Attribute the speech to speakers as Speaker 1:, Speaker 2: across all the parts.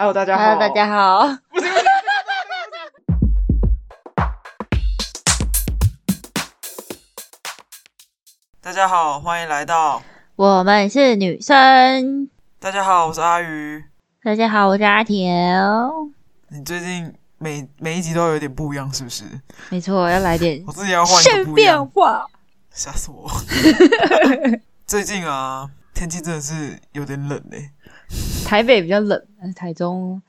Speaker 1: Hello，大家好。
Speaker 2: Hello，大家好。
Speaker 1: 大家好，欢迎来到。
Speaker 2: 我们是女生。
Speaker 1: 大家好，我是阿鱼。
Speaker 2: 大家好，我是阿条。
Speaker 1: 你最近每每一集都有点不一样，是不是？
Speaker 2: 没错，要来点
Speaker 1: 我自己要换一个不一
Speaker 2: 变
Speaker 1: 样，
Speaker 2: 化。
Speaker 1: 吓死我！ 最近啊，天气真的是有点冷欸嘞、
Speaker 2: 台北比较冷，但是台中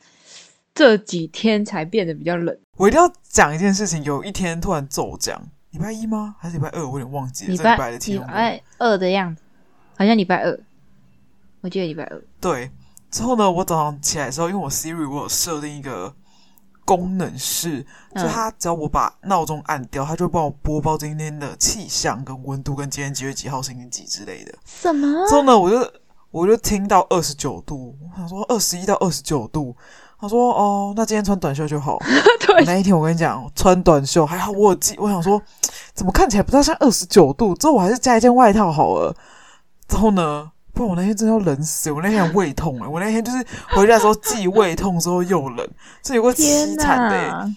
Speaker 2: 这几天才变得比较冷。
Speaker 1: 我一定要讲一件事情，有一天突然骤降，礼拜一吗？还是礼拜二？我有点忘记了。
Speaker 2: 礼
Speaker 1: 这礼
Speaker 2: 拜
Speaker 1: 拜的
Speaker 2: 礼
Speaker 1: 天气。
Speaker 2: 拜二的样子，好像礼拜二，我记得礼拜二。
Speaker 1: 对，之后呢，我早上起来的时候，因为我 Siri 我有设定一个功能是，就
Speaker 2: 嗯
Speaker 1: 它只要我把闹钟按掉，它就会帮我播报今天的气象、跟温度、跟今天几月几号星期几之类的。
Speaker 2: 什么？
Speaker 1: 之后呢，我就我就听到二十九度，我想说二十一到二十九度，他说哦，那今天穿短袖就好。
Speaker 2: 对，
Speaker 1: 那一天我跟你讲，穿短袖还好我有记，我想说怎么看起来不大像二十九度，之后我还是加一件外套好了。之后呢，不然我那天真的要冷死，我那天还胃痛、欸，我那天就是回家的时候既胃痛之后又冷，这有个
Speaker 2: 天
Speaker 1: 凄惨的、欸。
Speaker 2: 哪！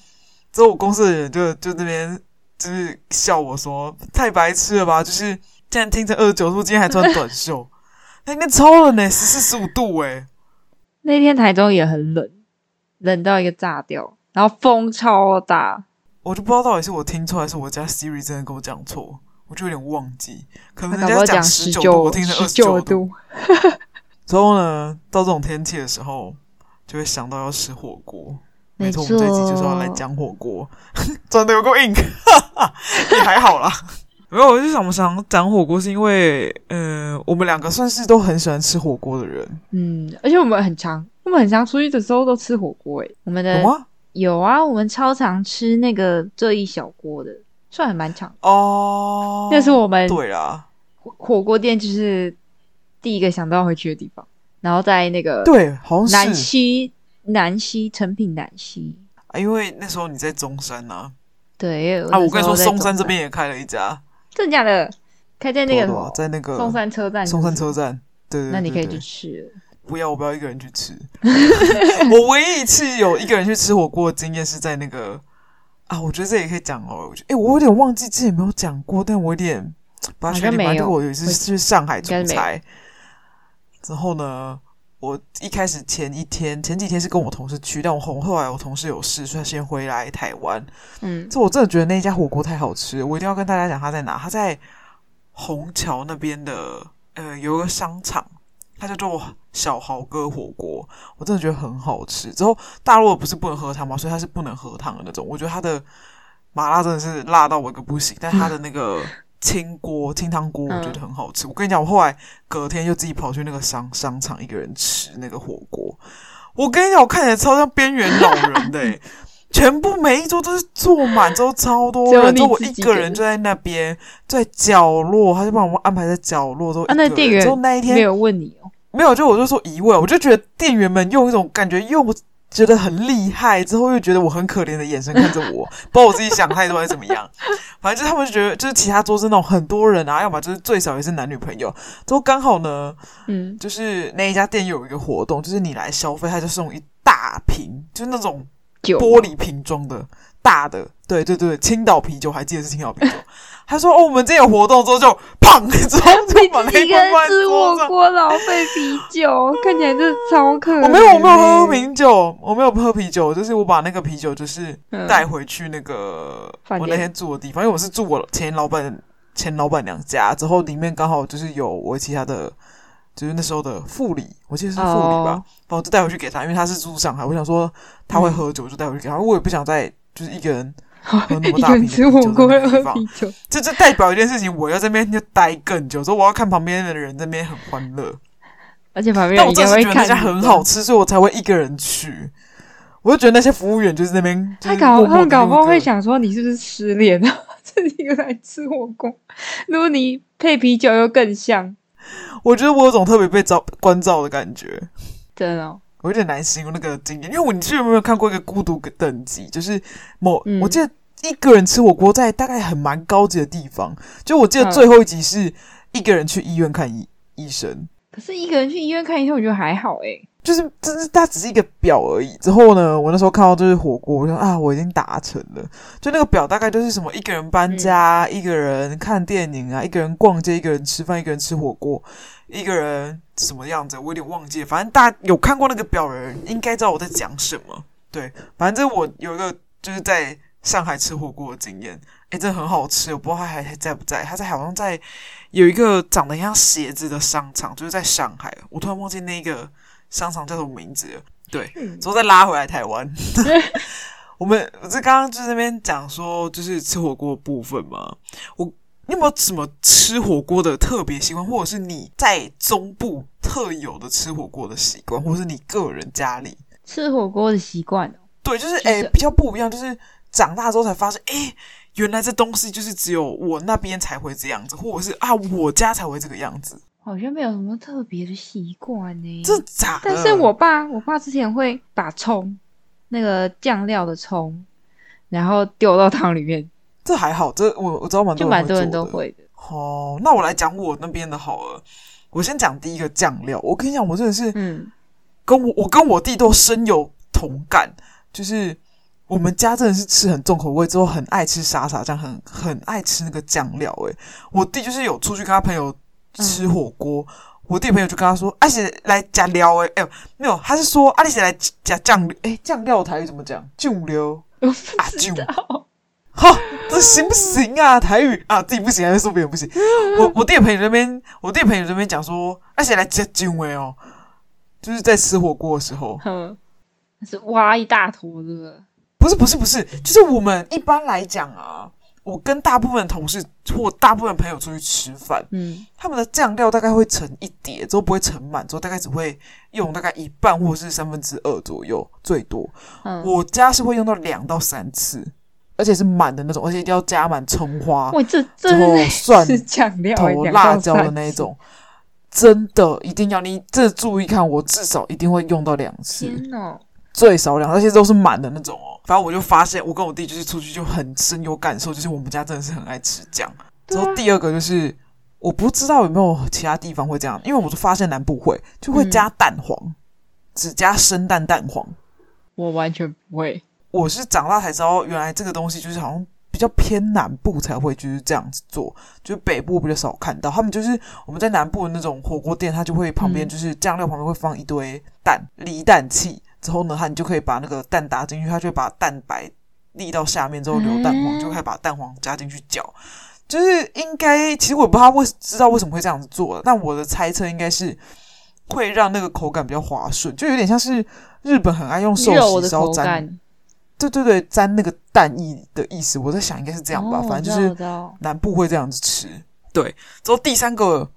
Speaker 1: 之后我公司的人就就那边就是笑我说太白痴了吧，就是竟然听成二十九度，今天还穿短袖，那天超冷呢、欸，十四十五度哎、
Speaker 2: 那天台中也很冷，冷到一个炸掉，然后风超大。
Speaker 1: 我就不知道到底是我听错还是我家 Siri 真的跟我讲错，我就有点忘记，可能
Speaker 2: 他搞
Speaker 1: 人
Speaker 2: 不好
Speaker 1: 家
Speaker 2: 讲
Speaker 1: 十九度，
Speaker 2: 九
Speaker 1: 我听成二
Speaker 2: 十
Speaker 1: 十九度。
Speaker 2: 度，
Speaker 1: 之后呢，到这种天气的时候，就会想到要吃火锅。没
Speaker 2: 没
Speaker 1: 错，
Speaker 2: 错
Speaker 1: 我们这一集就是要来讲火锅，真的有够硬， 也还好啦。没有，我就想想讲火锅，是因为，嗯、我们两个算是都很喜欢吃火锅的人，
Speaker 2: 嗯，而且我们很常，我们很常出去的时候都吃火锅诶、我们的
Speaker 1: 有吗？
Speaker 2: 有啊，我们超常吃那个这一小锅的，算很蛮长。
Speaker 1: 哦，
Speaker 2: 那是我们
Speaker 1: 对啦，
Speaker 2: 火火锅店就是第一个想到会去的地方，然后在那个
Speaker 1: 对，好像是，
Speaker 2: 南溪南溪成品南溪，
Speaker 1: 啊因为那时候你在中山呐、
Speaker 2: 对，因为
Speaker 1: 啊，
Speaker 2: 那
Speaker 1: 我跟你
Speaker 2: 时
Speaker 1: 说，
Speaker 2: 候在
Speaker 1: 松山
Speaker 2: 中
Speaker 1: 这边也开了一家，
Speaker 2: 真的假的？开在那
Speaker 1: 对啊
Speaker 2: 个什
Speaker 1: 对
Speaker 2: 么
Speaker 1: 啊在那个
Speaker 2: 松山车站，
Speaker 1: 松山，车站，对对对
Speaker 2: 那你可以
Speaker 1: 对
Speaker 2: 去吃了。
Speaker 1: 不要，我不要一个人去 吃。我唯一一次有一个人去吃火锅的经验是在那个啊，我觉得这也可以讲哦。我觉得诶，我有点忘记之前有没有讲过，但我有点把它确
Speaker 2: 好像
Speaker 1: 定。
Speaker 2: 没有
Speaker 1: 反正我有一次去上海出
Speaker 2: 应该
Speaker 1: 差，之后呢，我一开始前一天前几天是跟我同事去，但我后后来我同事有事，所以他先回来台湾。
Speaker 2: 嗯，
Speaker 1: 这我真的觉得那一家火锅太好吃了，我一定要跟大家讲它在哪。它在虹桥那边的呃有一个商场，它叫做小豪哥火锅，我真的觉得很好吃。之后大陆的不是不能喝汤嘛，所以它是不能喝汤的那种。我觉得它的麻辣真的是辣到我一个不行，但它的那个清锅清汤锅我觉得很好吃。我跟你讲，我后来隔天又自己跑去那个商商场一个人吃那个火锅，我跟你讲，我看起来超像边缘老人的、 欸。全部每一桌都是坐满，之后超多
Speaker 2: 只有
Speaker 1: 人，
Speaker 2: 你
Speaker 1: 之后我
Speaker 2: 自
Speaker 1: 一
Speaker 2: 己
Speaker 1: 个
Speaker 2: 一个
Speaker 1: 人
Speaker 2: 人
Speaker 1: 就在那边，在角落，他就把我们安排在角落，都一
Speaker 2: 啊，那
Speaker 1: 个
Speaker 2: 店
Speaker 1: 人
Speaker 2: 员
Speaker 1: 之后那一天
Speaker 2: 没有问你哦，
Speaker 1: 没有，就我就说疑问，我就觉得店员们用一种感觉又觉得很厉害，之后又觉得我很可怜的眼神看着 我，不知道我自己想太多还是怎么样。反正就是他们就觉得，就是其他桌是那种很多人啊，要么就是最少也是男女朋友。之后刚好呢，
Speaker 2: 嗯，
Speaker 1: 就是那一家店有一个活动，就是你来消费，他就送一大瓶，就是那种
Speaker 2: 酒
Speaker 1: 玻璃瓶装的大的，对对对，青岛啤酒，还记得是青岛啤酒。 他说：“哦，我们今天有活动，之后就砰，之后就把
Speaker 2: 你
Speaker 1: 那
Speaker 2: 自己
Speaker 1: 一
Speaker 2: 一个
Speaker 1: 罐放
Speaker 2: 人
Speaker 1: 在
Speaker 2: 吃
Speaker 1: 桌
Speaker 2: 火
Speaker 1: 上。
Speaker 2: 锅，浪费啤酒，看起来真的超可怜。
Speaker 1: 我没有，我没有喝，啤酒，我没有喝啤酒，就是我把那个啤酒就是带回去那个、
Speaker 2: 嗯饭店
Speaker 1: 我那天住的地方，因为我是住我前老板前老板娘家，之后里面刚好就是有我其他的，就是那时候的副理，我记得是副理吧，
Speaker 2: 哦
Speaker 1: 然
Speaker 2: 嗯
Speaker 1: 后我就带回去给他，因为他是住上海，我想说他会喝酒，就带回去给他，我也不想再就是一个人 喝那么
Speaker 2: 一
Speaker 1: 大瓶的
Speaker 2: 个人
Speaker 1: 啤
Speaker 2: 吃
Speaker 1: 酒
Speaker 2: 火
Speaker 1: 在
Speaker 2: 锅
Speaker 1: 那
Speaker 2: 要
Speaker 1: 个地
Speaker 2: 喝
Speaker 1: 方
Speaker 2: 啤，酒，
Speaker 1: 这就代表一件事情，我要在那边就待更久，所以我要看旁边的人在那边很欢乐。
Speaker 2: 而且旁边
Speaker 1: 但
Speaker 2: 人
Speaker 1: 我真的是觉得
Speaker 2: 应该会
Speaker 1: 那
Speaker 2: 看
Speaker 1: 家
Speaker 2: 你
Speaker 1: 很好，吃，所以我才会一个人去。我就觉得那些服务员就是那边，就
Speaker 2: 他
Speaker 1: 是
Speaker 2: 搞
Speaker 1: 默
Speaker 2: 他
Speaker 1: 默
Speaker 2: 们
Speaker 1: 地
Speaker 2: 搞不好
Speaker 1: 用
Speaker 2: 会
Speaker 1: 一个
Speaker 2: 想说你是不是失恋了，自己又来吃火锅。如果你配啤酒又更像，
Speaker 1: 我觉得我有种特别被照关照的感觉，
Speaker 2: 真的、哦。
Speaker 1: 我有点难形容那个经验。因为我你记得有没有看过一个孤独等级，就是某、
Speaker 2: 嗯
Speaker 1: 我记得一个人吃火锅在大概很蛮高级的地方，就我记得
Speaker 2: 嗯
Speaker 1: 最后一集是一个人去医院看医医生。
Speaker 2: 可是一个人去医院看医生，我觉得还好诶、欸
Speaker 1: 就是这是它只是一个表而已。之后呢，我那时候看到就是火锅，我就啊，我已经达成了。就那个表大概就是什么一个人搬家，一个人看电影啊，一个人逛街，一个人吃饭，一个人吃火锅，一个人什么样子，我有点忘记了。反正大家有看过那个表的人，应该知道我在讲什么。对，反正我有一个就是在上海吃火锅的经验，诶，这很好吃，我不知道它还还在不在。它在好像在有一个长得很像鞋子的商场，就是在上海，我突然忘记那个。商场叫什么名字了？对，
Speaker 2: 嗯
Speaker 1: 之后再拉回来台湾。 我们我这刚刚就那边讲说，就是吃火锅的部分嘛。我你有没有什么吃火锅的特别习惯，或者是你在中部特有的吃火锅的习惯，或者是你个人家里？
Speaker 2: 吃火锅的习惯哦，
Speaker 1: 对，就是
Speaker 2: 其实
Speaker 1: 诶、比较不一样，就是长大之后才发现，诶、原来这东西就是只有我那边才会这样子，或者是啊我家才会这个样子，
Speaker 2: 好像没有什么特别的习惯欸呢。
Speaker 1: 这咋的？
Speaker 2: 嗯但是
Speaker 1: 嗯
Speaker 2: 我爸，我爸之前会把葱，那个酱料的葱，然后丢到汤里面，
Speaker 1: 这还好，这我我知道蛮
Speaker 2: 就
Speaker 1: 多人
Speaker 2: 蛮
Speaker 1: 会
Speaker 2: 多人
Speaker 1: 做
Speaker 2: 都
Speaker 1: 的
Speaker 2: 会的。
Speaker 1: 哦，那我来讲我那边的好了。我先讲第一个酱料，我跟你讲，我真的是
Speaker 2: 嗯，
Speaker 1: 跟我我跟我弟都深有同感，就是我们家真的是吃很重口味，之后很爱吃沙茶酱，很很爱吃那个酱料、欸。诶，我弟就是有出去跟他朋友吃火锅，我弟朋友就跟他说：“阿、啊、姐来加料诶、欸，哎、没有，他是说阿、啊、姐来加酱料，诶、酱料台语怎么讲？酱料
Speaker 2: 我
Speaker 1: 啊
Speaker 2: 不知
Speaker 1: 就
Speaker 2: 道。
Speaker 1: 哈，这行不行啊？台语啊，自己不行还是说别人不行？我我弟的朋友那边，我弟的朋友那边讲说，而且来加姜味哦，就是在吃火锅的时候，
Speaker 2: 哼，那嗯是挖一大坨的。
Speaker 1: 不是不是不是，就是我们一般来讲啊，我跟大部分同事或大部分朋友出去吃饭，
Speaker 2: 嗯，
Speaker 1: 他们的酱料大概会盛一碟，之后不会盛满，之后大概只会用大概一半或者是三分之二左右最多。
Speaker 2: 嗯，
Speaker 1: 我家是会用到两到三次，而且是满的那种，而且一定要加满葱花。
Speaker 2: 哇，这这
Speaker 1: 之后
Speaker 2: 是
Speaker 1: 蒜
Speaker 2: 是酱料欸，
Speaker 1: 头
Speaker 2: 两
Speaker 1: 辣
Speaker 2: 到
Speaker 1: 椒的
Speaker 2: 三
Speaker 1: 那一
Speaker 2: 次。
Speaker 1: 种，真的一定要你这注意看，我至少一定会用到两次，
Speaker 2: 天哦，
Speaker 1: 最少两次，而且都是满的那种哦。反正我就发现，我跟我弟就是出去就很深有感受，就是我们家真的是很爱吃酱。之
Speaker 2: 对啊
Speaker 1: 后第二个就是，我不知道有没有其他地方会这样，因为我就发现南部会就
Speaker 2: 嗯
Speaker 1: 会加蛋黄，只加生蛋蛋黄。
Speaker 2: 我完全不会。
Speaker 1: 我是长大才知道，原来这个东西就是好像比较偏南部才会就是这样子做，就是北部比较少看到。他们就是我们在南部的那种火锅店，它就会旁边
Speaker 2: 嗯
Speaker 1: 就是酱料旁边会放一堆蛋离蛋器，之后呢，它你就可以把那个蛋打进去，它就会把蛋白沥到下面之后留蛋黄，
Speaker 2: 嗯
Speaker 1: 就可以把蛋黄加进去搅。就是应该，其实我也不知道为知道为什么会这样子做，但我的猜测应该是会让那个口感比较滑顺，就有点像是日本很爱用寿
Speaker 2: 肉
Speaker 1: 喜
Speaker 2: 的
Speaker 1: 烧
Speaker 2: 口
Speaker 1: 沾
Speaker 2: 感，
Speaker 1: 对对对，沾那个蛋液的意思，我在想应该是这样吧，
Speaker 2: 哦
Speaker 1: 反正
Speaker 2: 我
Speaker 1: 就是
Speaker 2: 知道我知道
Speaker 1: 南部会这样子吃。对，之后第三个，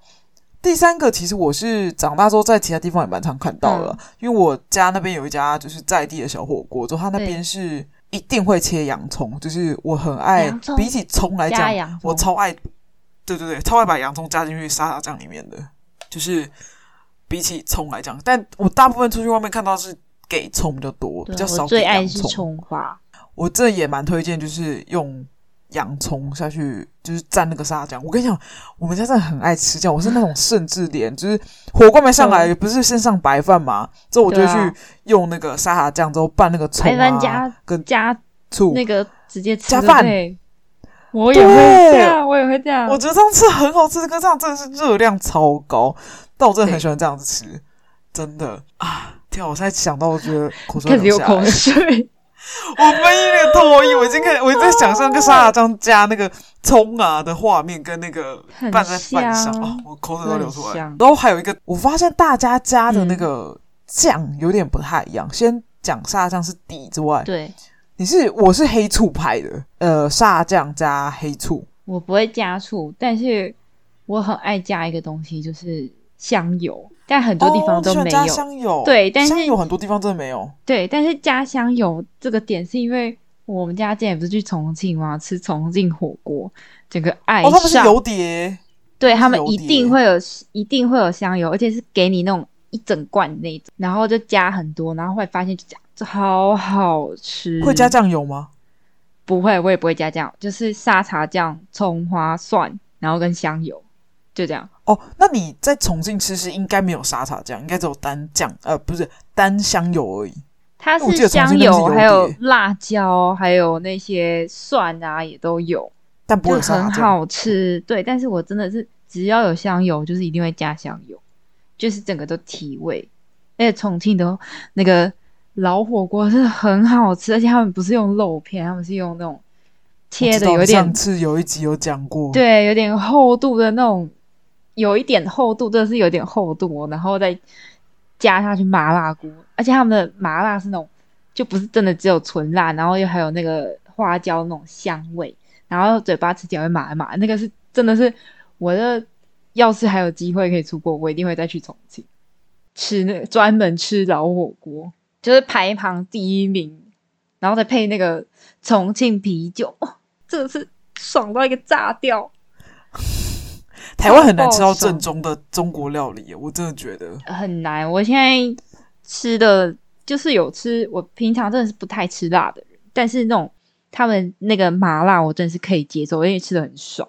Speaker 1: 第三个其实我是长大之后在其他地方也蛮常看到
Speaker 2: 嗯
Speaker 1: 了，因为我家那边有一家就是在地的小火锅，之后他那边
Speaker 2: 对
Speaker 1: 是一定会切洋葱，就是我很爱
Speaker 2: 洋，葱
Speaker 1: 比起葱来
Speaker 2: 加
Speaker 1: 讲，
Speaker 2: 洋葱，
Speaker 1: 我超爱，对对对，超爱把洋葱加进去沙拉酱里面的，就是比起葱来讲，但我大部分出去外面看到是给葱比较多，
Speaker 2: 对
Speaker 1: 比较少
Speaker 2: 我
Speaker 1: 给
Speaker 2: 最爱
Speaker 1: 洋
Speaker 2: 是
Speaker 1: 葱。
Speaker 2: 葱花，
Speaker 1: 我这也蛮推荐，就是用洋葱下去，就是蘸那个沙酱。我跟你讲，我们家真的很爱吃酱，我是那种甚至连就是火锅没上来，不是先上白饭嘛，之后我就
Speaker 2: 嗯对
Speaker 1: 去
Speaker 2: 啊
Speaker 1: 用那个沙茶酱，之后拌那个葱
Speaker 2: 白饭
Speaker 1: 啊
Speaker 2: 加，
Speaker 1: 跟
Speaker 2: 加
Speaker 1: 醋。
Speaker 2: 那个直接吃
Speaker 1: 加
Speaker 2: 对
Speaker 1: 饭
Speaker 2: 不对我也会
Speaker 1: 对
Speaker 2: 这样，我也会这样。
Speaker 1: 我觉得这样吃很好吃，跟这样真的是热量超高，但我真的很
Speaker 2: 对
Speaker 1: 喜欢这样子吃，真的啊！天啊，我现在想到，我觉得口水要
Speaker 2: 开始
Speaker 1: 流
Speaker 2: 流
Speaker 1: 下
Speaker 2: 口
Speaker 1: 来。
Speaker 2: 水，
Speaker 1: 我翻译那个脱衣，我已经开始，我已经在想象跟沙拉酱加那个葱啊的画面，跟那个
Speaker 2: 很
Speaker 1: 拌在饭上，
Speaker 2: 香
Speaker 1: 哦，我口水都流出来。
Speaker 2: 很香嗯
Speaker 1: 然后还有一个，我发现大家加的那个酱有点不太一样。先讲沙拉酱是底之外，
Speaker 2: 对
Speaker 1: 你是我是黑醋派的，呃，沙拉酱加黑醋，
Speaker 2: 我不会加醋，但是我很爱加一个东西，就是香油，但很多地方都
Speaker 1: 哦
Speaker 2: 没
Speaker 1: 你喜欢
Speaker 2: 有。
Speaker 1: 加香油，
Speaker 2: 对但是
Speaker 1: 香油很多地方真的没有。哦
Speaker 2: 对，但是加香油这个点是因为我们家之前不是去重庆吗？吃重庆火锅，整个爱
Speaker 1: 哦，他们是
Speaker 2: 上。
Speaker 1: 油碟，
Speaker 2: 对他
Speaker 1: 是
Speaker 2: 们
Speaker 1: 油
Speaker 2: 一
Speaker 1: 碟
Speaker 2: 定会有，一定会有香油，而且是给你那种一整罐那种，然后就加很多，然后会发现就这样，这好好吃。
Speaker 1: 会加？酱油吗？
Speaker 2: 不会，我也不会加酱，就是沙茶酱、葱花、蒜，然后跟香油，就这样。
Speaker 1: 哦，那你在重庆吃是应该没有沙茶酱，应该只有单酱，呃，不是单香油而已。
Speaker 2: 它
Speaker 1: 我记
Speaker 2: 是
Speaker 1: 得重庆那
Speaker 2: 香
Speaker 1: 边是
Speaker 2: 油，
Speaker 1: 油
Speaker 2: 还有
Speaker 1: 碟
Speaker 2: 辣椒，还有那些蒜啊，也都有，
Speaker 1: 但不
Speaker 2: 就
Speaker 1: 会有沙
Speaker 2: 很
Speaker 1: 茶酱。
Speaker 2: 好吃。对，但是我真的是只要有香油，就是一定会加香油，就是整个都提味。而且重庆的那个老火锅是很好吃，而且他们不是用肉片，他们是用那种
Speaker 1: 哦
Speaker 2: 切
Speaker 1: 我知
Speaker 2: 的
Speaker 1: 道
Speaker 2: 有
Speaker 1: 你
Speaker 2: 点
Speaker 1: 上次有一集有讲过，，
Speaker 2: 对，有点厚度的那种，有一点厚度，真的是有点厚度、哦，然后再加下去麻辣锅，而且他们的麻辣是那种，就不是真的只有纯辣，然后又还有那个花椒那种香味，然后嘴巴吃起来会麻麻，那个是真的是我的，要是还有机会可以出国，我一定会再去重庆吃那专门吃老火锅，就是排行第一名，然后再配那个重庆啤酒，哦，真的是爽到一个炸掉。
Speaker 1: 台湾很难吃到
Speaker 2: 爆爽
Speaker 1: 正宗的中国料理，我真的觉得。
Speaker 2: 很难。我现在吃的就是有吃，我平常真的是不太吃辣的人，但是那种他们那个麻辣，我真的是可以接受，因为吃的很爽。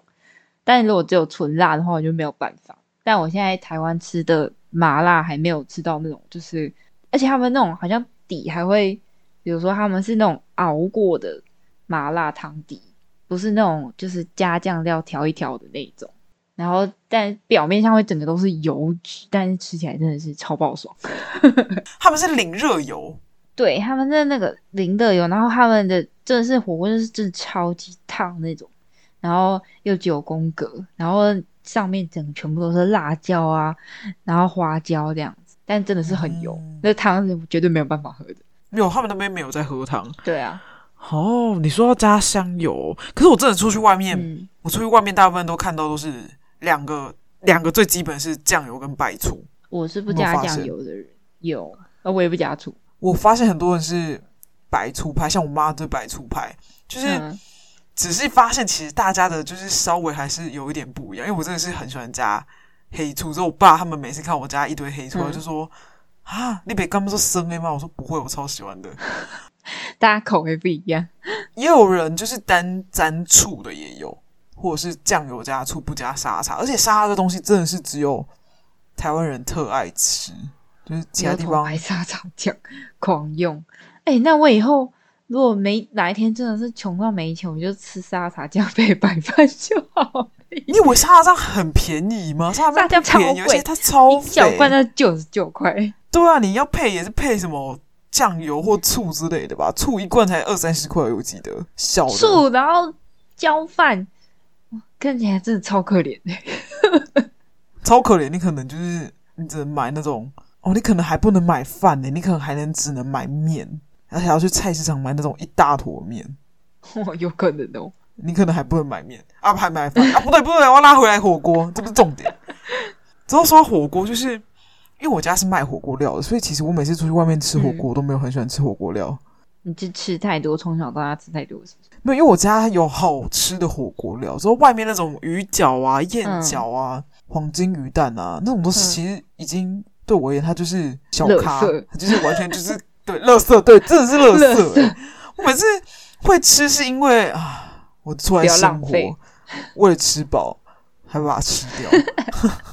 Speaker 2: 但如果只有纯辣的话，我就没有办法。但我现在台湾吃的麻辣还没有吃到那种，就是而且他们那种好像底还会，比如说他们是那种熬过的麻辣汤底，不是那种就是加酱料调一调的那种。然后，但表面上会整个都是油脂，但是吃起来真的是超爆爽。
Speaker 1: 他们是淋热油，
Speaker 2: 对，他们的那个淋的油，然后他们的真的是火锅，就是真的超级烫那种，然后又九宫格，然后上面整个全部都是辣椒啊，然后花椒这样子，但真的是很油，
Speaker 1: 嗯
Speaker 2: 那汤是绝对没有办法喝的。
Speaker 1: 没有，他们那边没有在喝汤。
Speaker 2: 对啊，
Speaker 1: 哦，你说要加香油，可是我真的出去外面，
Speaker 2: 嗯，
Speaker 1: 我出去外面大部分都看到都是两个两个最基本是酱油跟白醋。
Speaker 2: 我是不
Speaker 1: 有没有
Speaker 2: 加
Speaker 1: 发
Speaker 2: 酱
Speaker 1: 现
Speaker 2: 油的人，有，呃，我也不加醋，
Speaker 1: 我发现很多人是白醋派，像我妈就是白醋派，就是
Speaker 2: 嗯，
Speaker 1: 只是发现其实大家的就是稍微还是有一点不一样，因为我真的是很喜欢加黑醋，所以我爸他们每次看我加一堆黑醋，
Speaker 2: 嗯
Speaker 1: 他就说。啊，你别干嘛说生 A 吗？我说不会，我超喜欢的。
Speaker 2: 大家口味不一样。
Speaker 1: 也有人就是单沾醋的也有，或者是酱油加醋不加沙茶，而且沙茶这东西真的是只有台湾人特爱吃，就是其他地
Speaker 2: 牛头
Speaker 1: 方
Speaker 2: 白沙茶酱狂用。 哎、那我以后如果没哪一天真的是穷到没钱，我就吃沙茶酱配白饭就好。
Speaker 1: 你以为沙拉酱很便宜吗？沙拉酱不便宜，
Speaker 2: 沙拉酱超
Speaker 1: 而
Speaker 2: 贵
Speaker 1: 且它超
Speaker 2: 一小
Speaker 1: 肥。
Speaker 2: 罐要九十九块，
Speaker 1: 对啊，你要配也是配什么酱油或醋之类的吧？醋一罐才二三十块，我记得小的。
Speaker 2: 醋然后浇饭，哇看起来真的超可怜 的。
Speaker 1: 超可怜，你可能就是你只能买那种哦，你可能还不能买饭呢、你可能还能只能买面，而且还要去菜市场买那种一大坨面。
Speaker 2: 哦，有可能哦。
Speaker 1: 你可能还不能买面啊，还买饭啊，不对不对，我要拉回来火锅，这不是重点。之后说到火锅，就是因为我家是卖火锅料的，所以其实我每次出去外面吃火锅，我都没有很喜欢吃火锅料，
Speaker 2: 你是吃太多，从小到大吃太多是不是？
Speaker 1: 没有，因为我家有好吃的火锅料，之后外面那种鱼饺啊、燕饺啊、黄金鱼蛋啊，那种都是
Speaker 2: 嗯
Speaker 1: 其实已经对我而言，它就是小咖
Speaker 2: 垃圾，
Speaker 1: 它就是完全就是 对垃圾，对，真的是垃圾、欸我每次会吃是因为啊，我出来
Speaker 2: 不要
Speaker 1: 生
Speaker 2: 浪
Speaker 1: 活
Speaker 2: 费，
Speaker 1: 为了吃饱，还把它吃掉，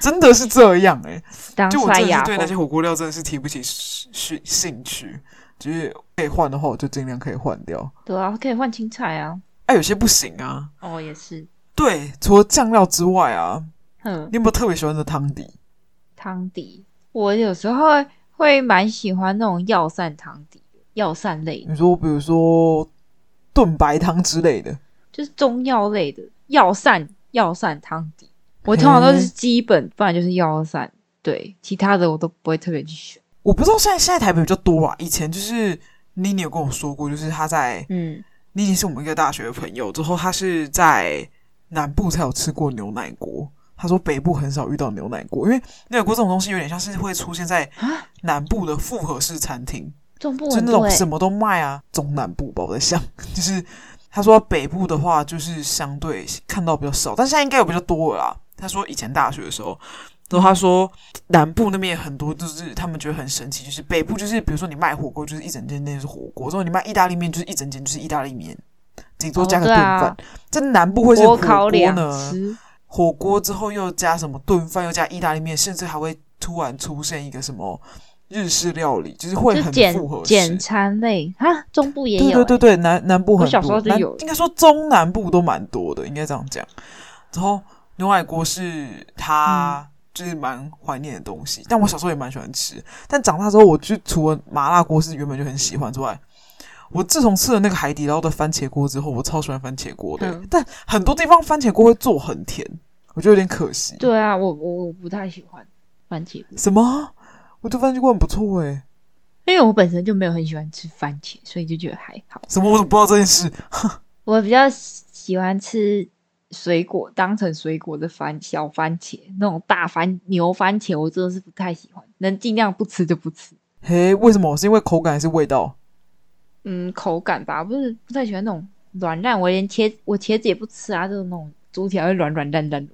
Speaker 1: 真的是这样哎、
Speaker 2: 当哦
Speaker 1: 就我
Speaker 2: 刷
Speaker 1: 真的
Speaker 2: 牙
Speaker 1: 是对那
Speaker 2: 缝
Speaker 1: 些火锅料真的是提不起兴兴趣，就是可以换的话，我就尽量可以换掉。
Speaker 2: 对啊，可以换青菜啊。
Speaker 1: 哎、有些不行啊。
Speaker 2: 哦，也是，
Speaker 1: 对，除了酱料之外啊，
Speaker 2: 嗯，
Speaker 1: 你有没有特别喜欢的汤底？
Speaker 2: 汤底，我有时候会蛮喜欢那种药膳汤底，药膳类的
Speaker 1: 你说，比如说炖白汤之类的，
Speaker 2: 就是中药类的药膳、药膳汤底。我通常都是基本，不然就是药膳，对，其他的我都不会特别去选。
Speaker 1: 我不知道现在现在台北比较多啦。以前就是妮妮有跟我说过，就是她在
Speaker 2: 嗯，
Speaker 1: 妮妮是我们一个大学的朋友，之后她是在南部才有吃过牛奶锅。她说北部很少遇到牛奶锅，因为牛奶锅这种东西有点像是会出现在
Speaker 2: 啊
Speaker 1: 南部的复合式餐厅，
Speaker 2: 中部
Speaker 1: 就
Speaker 2: 很
Speaker 1: 那
Speaker 2: 多、
Speaker 1: 种
Speaker 2: 欸
Speaker 1: 什，么都卖啊，中南部吧，我在想， 就是他说北部的话，就是相对看到比较少，但现在应该有比较多了啦。他说以前大学的时候，然后他说南部那边也很多，就是他们觉得很神奇，就是北部就是比如说你卖火锅就是一整间店是火锅，之后你卖意大利面就是一整间就是意大利面，顶多加个
Speaker 2: 哦对
Speaker 1: 炖
Speaker 2: 啊
Speaker 1: 饭。在南部会是火
Speaker 2: 烤
Speaker 1: 锅
Speaker 2: 两
Speaker 1: 呢，
Speaker 2: 吃，
Speaker 1: 火锅之后又加什么炖饭，又加意大利面，甚至还会突然出现一个什么日式料理，就是会
Speaker 2: 就
Speaker 1: 很
Speaker 2: 简
Speaker 1: 复合式。
Speaker 2: 简餐类啊，中部也有、
Speaker 1: 对对对
Speaker 2: 欸
Speaker 1: 对，南南部很
Speaker 2: 我
Speaker 1: 多，
Speaker 2: 小时候就
Speaker 1: 南
Speaker 2: 有了
Speaker 1: 应该说中南部都蛮多的，应该这样讲。然后牛奶锅是
Speaker 2: 嗯
Speaker 1: 它就是蛮怀念的东西，但我小时候也蛮喜欢吃。但长大之后，我就除了麻辣锅是原本就很喜欢之外，我自从吃了那个海底捞的番茄锅之后，我超喜欢番茄锅的。欸
Speaker 2: 嗯
Speaker 1: 但很多地方番茄锅会做很甜，我觉得有点可惜。
Speaker 2: 对啊，我我我不太喜欢番茄锅，
Speaker 1: 什么？我对番茄锅很不错欸诶、
Speaker 2: 因为我本身就没有很喜欢吃番茄，所以就觉得还好。
Speaker 1: 什么我都不知道这件事。
Speaker 2: 我比较喜欢吃水果，当成水果的番小番茄，那种大番牛番茄，我真的是不太喜欢，能尽量不吃就不吃。
Speaker 1: 嘿，为什么？是因为口感还是味道？
Speaker 2: 嗯，口感吧，不是不太喜欢那种软烂。我连茄我茄子也不吃啊，就是那种煮起来会软软烂烂的，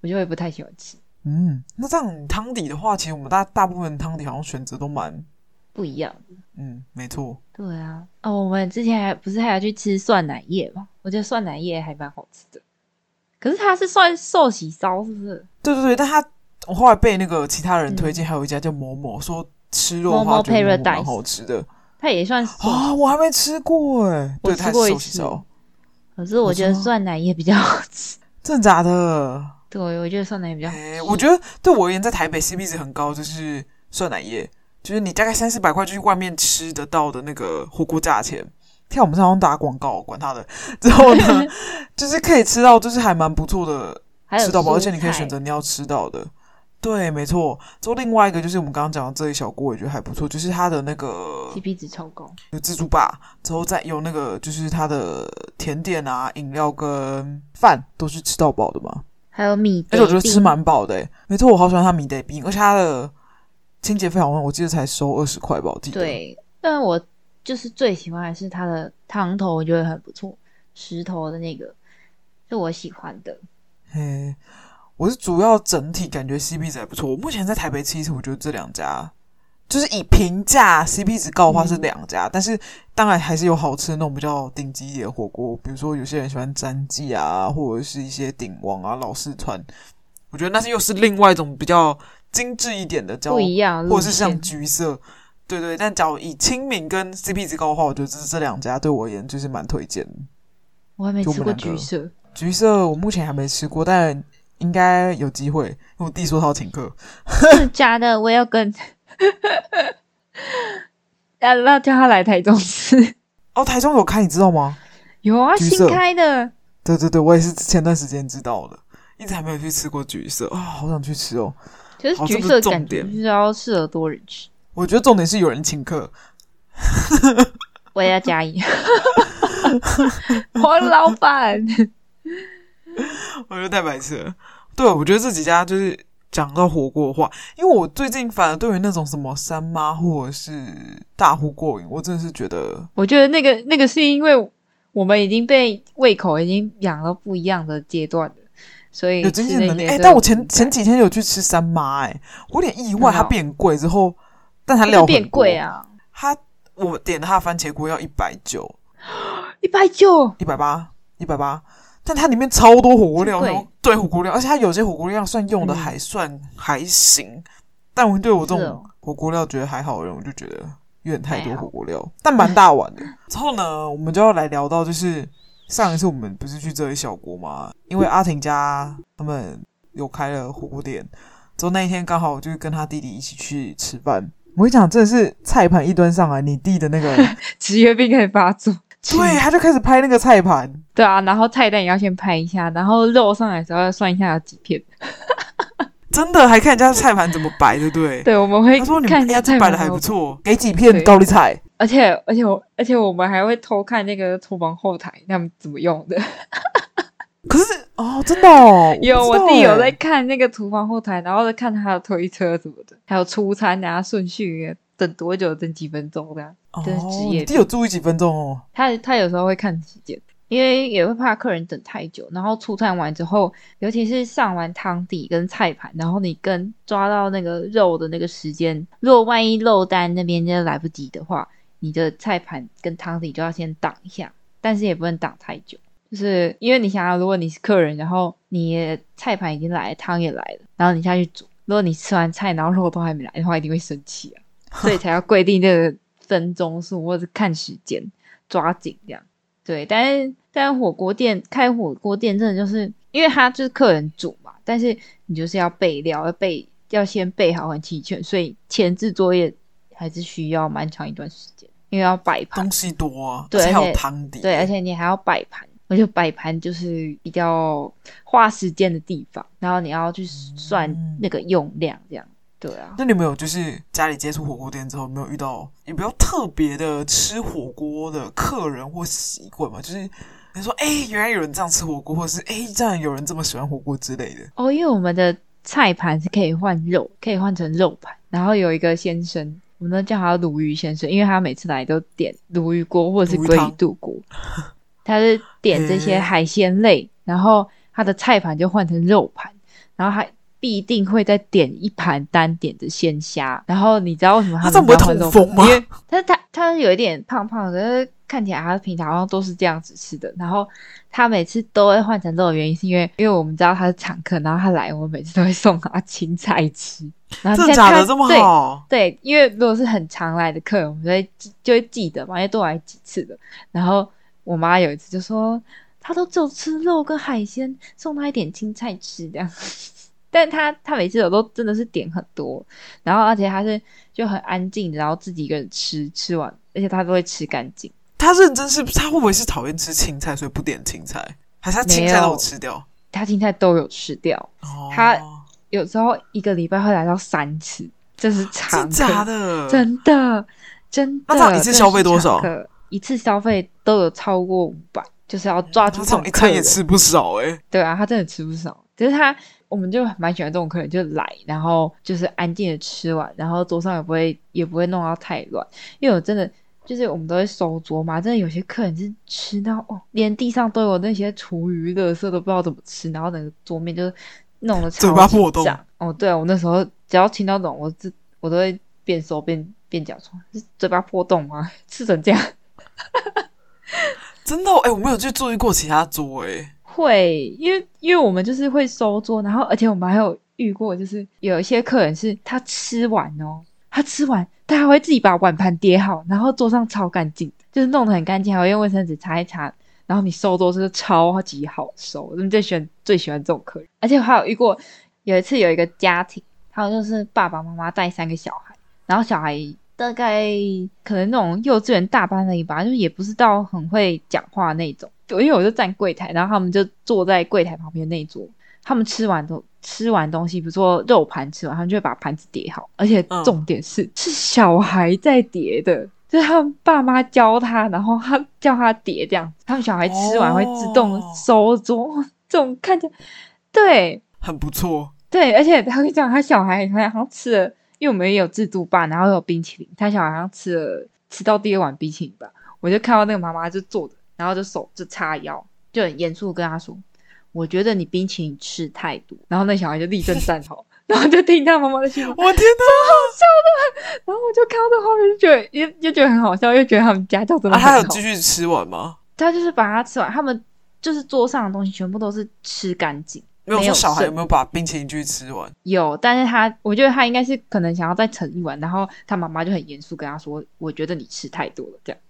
Speaker 2: 我就会不太喜欢吃。
Speaker 1: 嗯，那这样你汤底的话，其实我们大大部分汤底好像选择都蛮，
Speaker 2: 不一样，
Speaker 1: 嗯，没错。
Speaker 2: 对啊。哦，我们之前还不是还要去吃蒜奶叶吗？我觉得蒜奶叶还蛮好吃的，可是它是算寿喜烧，是不是？
Speaker 1: 对对对，但他我后来被那个其他人
Speaker 2: 嗯
Speaker 1: 推荐，还有一家叫某某说吃肉的话，
Speaker 2: 某某
Speaker 1: 觉得某某
Speaker 2: Paradise
Speaker 1: 蛮好吃的
Speaker 2: 它也算寿
Speaker 1: 啊、我还没吃过哎、
Speaker 2: 我
Speaker 1: 对，
Speaker 2: 吃
Speaker 1: 它
Speaker 2: 过
Speaker 1: 是寿
Speaker 2: 一
Speaker 1: 喜
Speaker 2: 次
Speaker 1: 烧，
Speaker 2: 可是我觉得
Speaker 1: 你说
Speaker 2: 蒜奶也比较好吃。
Speaker 1: 真的假的？
Speaker 2: 对，我觉得蒜奶也比较好
Speaker 1: 哎、
Speaker 2: 吃。
Speaker 1: 我觉得对我而言，在台北 CP 值很高，就是酸奶液，就是你大概三四百块就去外面吃得到的那个火锅价钱。天啊，我们常常打广告，管他的。 之后呢， 就是可以吃到，就是还蛮不错的
Speaker 2: 还有
Speaker 1: 吃到饱，
Speaker 2: 蔬
Speaker 1: 而且你可以
Speaker 2: 菜
Speaker 1: 选择你要吃到的。对，没错。之后另外一个就是我们刚刚讲的这一小锅，我觉得还不错，就是它的那个
Speaker 2: CP 值超高。
Speaker 1: 有自助吧，之后再有那个就是它的甜点啊、饮料跟饭都是吃到饱的嘛。
Speaker 2: 还有米
Speaker 1: 而
Speaker 2: 德饼，
Speaker 1: 且我觉得吃蛮饱的、欸，没错，我好喜欢它米德冰，而且它的清洁费好像我记得才收二十块吧，我记得。，
Speaker 2: 对，但我就是最喜欢还是它的汤头，我觉得很不错，石头的那个是我喜欢的。
Speaker 1: 嘿，我是主要整体感觉 CP 值还不错。我目前在台北吃一次，我觉得这两家就是以平价 CP 值高的
Speaker 2: 嗯
Speaker 1: 话是两家，但是当然还是有好吃的那种比较顶级一点的火锅，比如说有些人喜欢詹记啊，或者是一些鼎王啊、老四川，我觉得那是又是另外一种比较精致一点的叫
Speaker 2: 不一样，
Speaker 1: 或者是像
Speaker 2: 路线
Speaker 1: 橘色，对对。但假如以清明跟 CP 值高的话，我觉得这这两家对我而言就是蛮推荐的。
Speaker 2: 我还没
Speaker 1: 就
Speaker 2: 吃
Speaker 1: 我
Speaker 2: 过
Speaker 1: 们两
Speaker 2: 橘
Speaker 1: 个
Speaker 2: 色，
Speaker 1: 橘色我目前还没吃过，但应该有机会，因为我弟说他要请客。
Speaker 2: 真的假的？我要跟，要要叫他来台中吃。
Speaker 1: 哦，台中有开，你知道吗？
Speaker 2: 有啊，
Speaker 1: 橘
Speaker 2: 新
Speaker 1: 色
Speaker 2: 开的，
Speaker 1: 对对对，我也是前段时间知道的，一直还没有去吃过橘色啊、好想去吃哦。
Speaker 2: 可是
Speaker 1: 好这
Speaker 2: 橘
Speaker 1: 不是
Speaker 2: 色
Speaker 1: 重
Speaker 2: 感觉
Speaker 1: 点
Speaker 2: 就是要适合多人吃。
Speaker 1: 我觉得重点是有人请客，
Speaker 2: 我也要加一， 黄老板，
Speaker 1: 我觉得太白痴了。对，我觉得这几家就是讲到火锅的话，因为我最近反而对于那种什么三妈或者是大呼过瘾，我真的是觉得
Speaker 2: 我觉得那个那个是因为我们已经被胃口已经养到不一样的阶段了，所以
Speaker 1: 有经济
Speaker 2: 吃那
Speaker 1: 能力。
Speaker 2: 些
Speaker 1: 哎、
Speaker 2: 都
Speaker 1: 但
Speaker 2: 有
Speaker 1: 我
Speaker 2: 敏
Speaker 1: 前
Speaker 2: 感
Speaker 1: 前几天有去吃三妈，哎，我有点意外，
Speaker 2: 很好
Speaker 1: 它变贵之后，但它
Speaker 2: 哦就是
Speaker 1: 料
Speaker 2: 变
Speaker 1: 很多
Speaker 2: 贵。啊，
Speaker 1: 它我点的它的番茄锅要一百九、
Speaker 2: 一百九，
Speaker 1: 一百八、一百八，但它里面超多火锅料，
Speaker 2: 这么贵
Speaker 1: 然后对火锅料，而且它有些火锅料算用的
Speaker 2: 嗯
Speaker 1: 还算还行，但我对我这
Speaker 2: 是
Speaker 1: 种
Speaker 2: 哦
Speaker 1: 火锅料觉得还好的人，我就觉得有点太多
Speaker 2: 还好
Speaker 1: 火锅料，但蛮大碗 的。之后呢，我们就要来聊到就是上一次我们不是去这里小锅吗？因为阿婷家他们有开了火锅店，之后那一天刚好就是跟他弟弟一起去吃饭。我跟你讲，真的是菜盘一端上来，你弟的那个，
Speaker 2: 职业病开始发作。
Speaker 1: 对，啊他就开始拍那个菜盘，
Speaker 2: 对啊，然后菜单也要先拍一下，然后肉上来的时候要算一下有几 片。
Speaker 1: 真的还看人家菜盘怎么摆，对不对？
Speaker 2: 对，我们会
Speaker 1: 他说你
Speaker 2: 看
Speaker 1: 们
Speaker 2: 一
Speaker 1: 哎
Speaker 2: 下
Speaker 1: 呀，
Speaker 2: 菜
Speaker 1: 这摆
Speaker 2: 单
Speaker 1: 的还
Speaker 2: 有
Speaker 1: 不错，给几片
Speaker 2: 对
Speaker 1: 高丽菜。
Speaker 2: 而且而且我而且我们还会偷看那个厨房后台他们怎么用的。
Speaker 1: 可是哦，真的哦，
Speaker 2: 有，
Speaker 1: 不
Speaker 2: 我
Speaker 1: 知道
Speaker 2: 自己有
Speaker 1: 哎
Speaker 2: 在看那个厨房后台，然后在看他的推车什么的，还有出餐啊顺序，等多久，等几分钟这样。真是职
Speaker 1: 哦
Speaker 2: 业
Speaker 1: 你弟
Speaker 2: 病
Speaker 1: 有注意几分钟哦。
Speaker 2: 他他有时候会看时间，因为也会怕客人等太久，然后出餐完之后，尤其是上完汤底跟菜盘，然后你跟抓到那个肉的那个时间，如果万一肉单那边就来不及的话，你的菜盘跟汤底就要先挡一下，但是也不能挡太久，就是因为你想要，如果你是客人，然后你菜盘已经来，汤也来了，然后你下去煮，如果你吃完菜，然后肉都还没来的话，一定会生气啊，所以才要规定这个分钟数或者是看时间，抓紧这样。对，但是但火锅店开火锅店真的就是因为它就是客人煮嘛，但是你就是要备料，要备要先备好很齐全，所以前置作业还是需要蛮长一段时间，因为要摆盘
Speaker 1: 东。西多啊，
Speaker 2: 对
Speaker 1: 而且还
Speaker 2: 而且
Speaker 1: 有汤底，
Speaker 2: 对，而且你还要摆盘，我觉得摆盘就是比较花时间的地方，然后你要去算
Speaker 1: 嗯
Speaker 2: 那个用量，这样。对啊，
Speaker 1: 那你有没有就是家里接触火锅店之后，有没有遇到也比较特别的吃火锅的客人或习惯嘛？就是你说，哎、原来有人这样吃火锅，或者是哎、这样有人这么喜欢火锅之类的。
Speaker 2: 哦，因为我们的菜盘是可以换肉，可以换成肉盘。然后有一个先生，我们都叫他鲈鱼先生，因为他每次来都点鲈鱼锅或者是
Speaker 1: 鲈鱼
Speaker 2: 鲑
Speaker 1: 汤
Speaker 2: 鱼肚锅，他是点这些
Speaker 1: 嗯
Speaker 2: 海鲜类，然后他的菜盘就换成肉盘，然后他必定会再点一盘单点的鲜虾。然后你知道为什么
Speaker 1: 他
Speaker 2: 他
Speaker 1: 这
Speaker 2: 们
Speaker 1: 样不会
Speaker 2: 要换肉
Speaker 1: 痛风
Speaker 2: 盘
Speaker 1: 吗
Speaker 2: 因？为但是他他有一点胖胖的，但是看起来他平常好像都是这样子吃的。然后他每次都会换成肉的原因，是因为因为我们知道他是常客，然后他来，我们每次都会送他青菜吃。然后
Speaker 1: 真的
Speaker 2: 啊现在
Speaker 1: 假
Speaker 2: 他
Speaker 1: 的这么好？
Speaker 2: 对？对，因为如果是很常来的客人，我们就会记就会记得嘛，因为都来几次的。然后我妈有一次就说，她都只有吃肉跟海鲜，送她一点青菜吃这样。 但她她每次有都真的是点很多，然后而且她是就很安静的，然后自己一个人吃，吃完而且她都会吃干净。
Speaker 1: 他认真是他会不会是讨厌吃青菜，所以不点青菜，还是他青菜
Speaker 2: 没有
Speaker 1: 让我吃掉？
Speaker 2: 她青菜都有吃掉，
Speaker 1: 哦，
Speaker 2: 他有时候一个礼拜会来到三次，这是常
Speaker 1: 真
Speaker 2: 客
Speaker 1: 假的？
Speaker 2: 真的，真
Speaker 1: 嗯
Speaker 2: 的。
Speaker 1: 那这样一次消费多少
Speaker 2: 真的是常客？一次消费都有超过五百，就是要
Speaker 1: 他
Speaker 2: 抓住
Speaker 1: 这
Speaker 2: 这种
Speaker 1: 种一
Speaker 2: 客
Speaker 1: 餐
Speaker 2: 人
Speaker 1: 也。吃不少哎、
Speaker 2: 对啊，他真的吃不少。只是他，我们就蛮喜欢这种客人，就来，然后就是安静的吃完，然后桌上也不会也不会弄到太乱。因为我真的就是我们都会收桌嘛，真的有些客人是吃到哦，连地上都有那些厨余垃圾都不知道怎么吃，然后整个桌面就弄得
Speaker 1: 嘴
Speaker 2: 超
Speaker 1: 巴
Speaker 2: 级
Speaker 1: 破洞
Speaker 2: 胀。哦，对啊，我那时候只要听到这种，我这我都会边收边边讲说，是嘴巴破洞吗？ 吃成这样
Speaker 1: 真的哎、我没有去注意过其他桌哎、
Speaker 2: 会，因为因为我们就是会收桌，然后而且我们还有遇过，就是有一些客人是他吃完哦，他吃完他还会自己把碗盘叠好，然后桌上超干净，就是弄得很干净，还会用卫生纸擦一擦。然后你收桌就是超级好收，我最喜欢最喜欢这种客人。而且我还有遇过，有一次有一个家庭，还有就是爸爸妈妈带三个小孩，然后小孩大概可能那种幼稚园大班而已吧，就是也不是到很会讲话那种。因为我就站柜台，然后他们就坐在柜台旁边那一桌，他们吃完都吃完东西，比如说肉盘吃完，他们就会把盘子叠好，而且
Speaker 1: 嗯
Speaker 2: 重点是、是小孩在叠的。就是他们爸妈教他，然后他叫他叠这样，他们小孩吃完会自动
Speaker 1: 哦
Speaker 2: 收桌，这种看起来，对，
Speaker 1: 很不错。
Speaker 2: 对，而且他会讲他小孩好像吃了，因为我们也有自助吧，然后有冰淇淋，他小孩好像吃了吃到第二碗冰淇淋吧，我就看到那个妈妈就坐着，然后就手就叉腰，就很严肃地跟他说：“我觉得你冰淇淋吃太多。”然后那小孩就立正站好，然后就听他妈妈的训话，
Speaker 1: 我天哪！
Speaker 2: 然后我就看到这画面就觉得又又觉得很好笑，又觉得他们家教真的
Speaker 1: 啊，
Speaker 2: 很
Speaker 1: 他
Speaker 2: 好。
Speaker 1: 有继续吃完吗？
Speaker 2: 他就是把它吃完，他们就是桌上的东西全部都是吃干净。
Speaker 1: 没有
Speaker 2: 没有
Speaker 1: 说小孩
Speaker 2: 剩
Speaker 1: 有没有把冰淇淋继续吃完？
Speaker 2: 有，但是他，我觉得他应该是可能想要再盛一碗，然后他妈妈就很严肃跟他说：“我觉得你吃太多了。”这样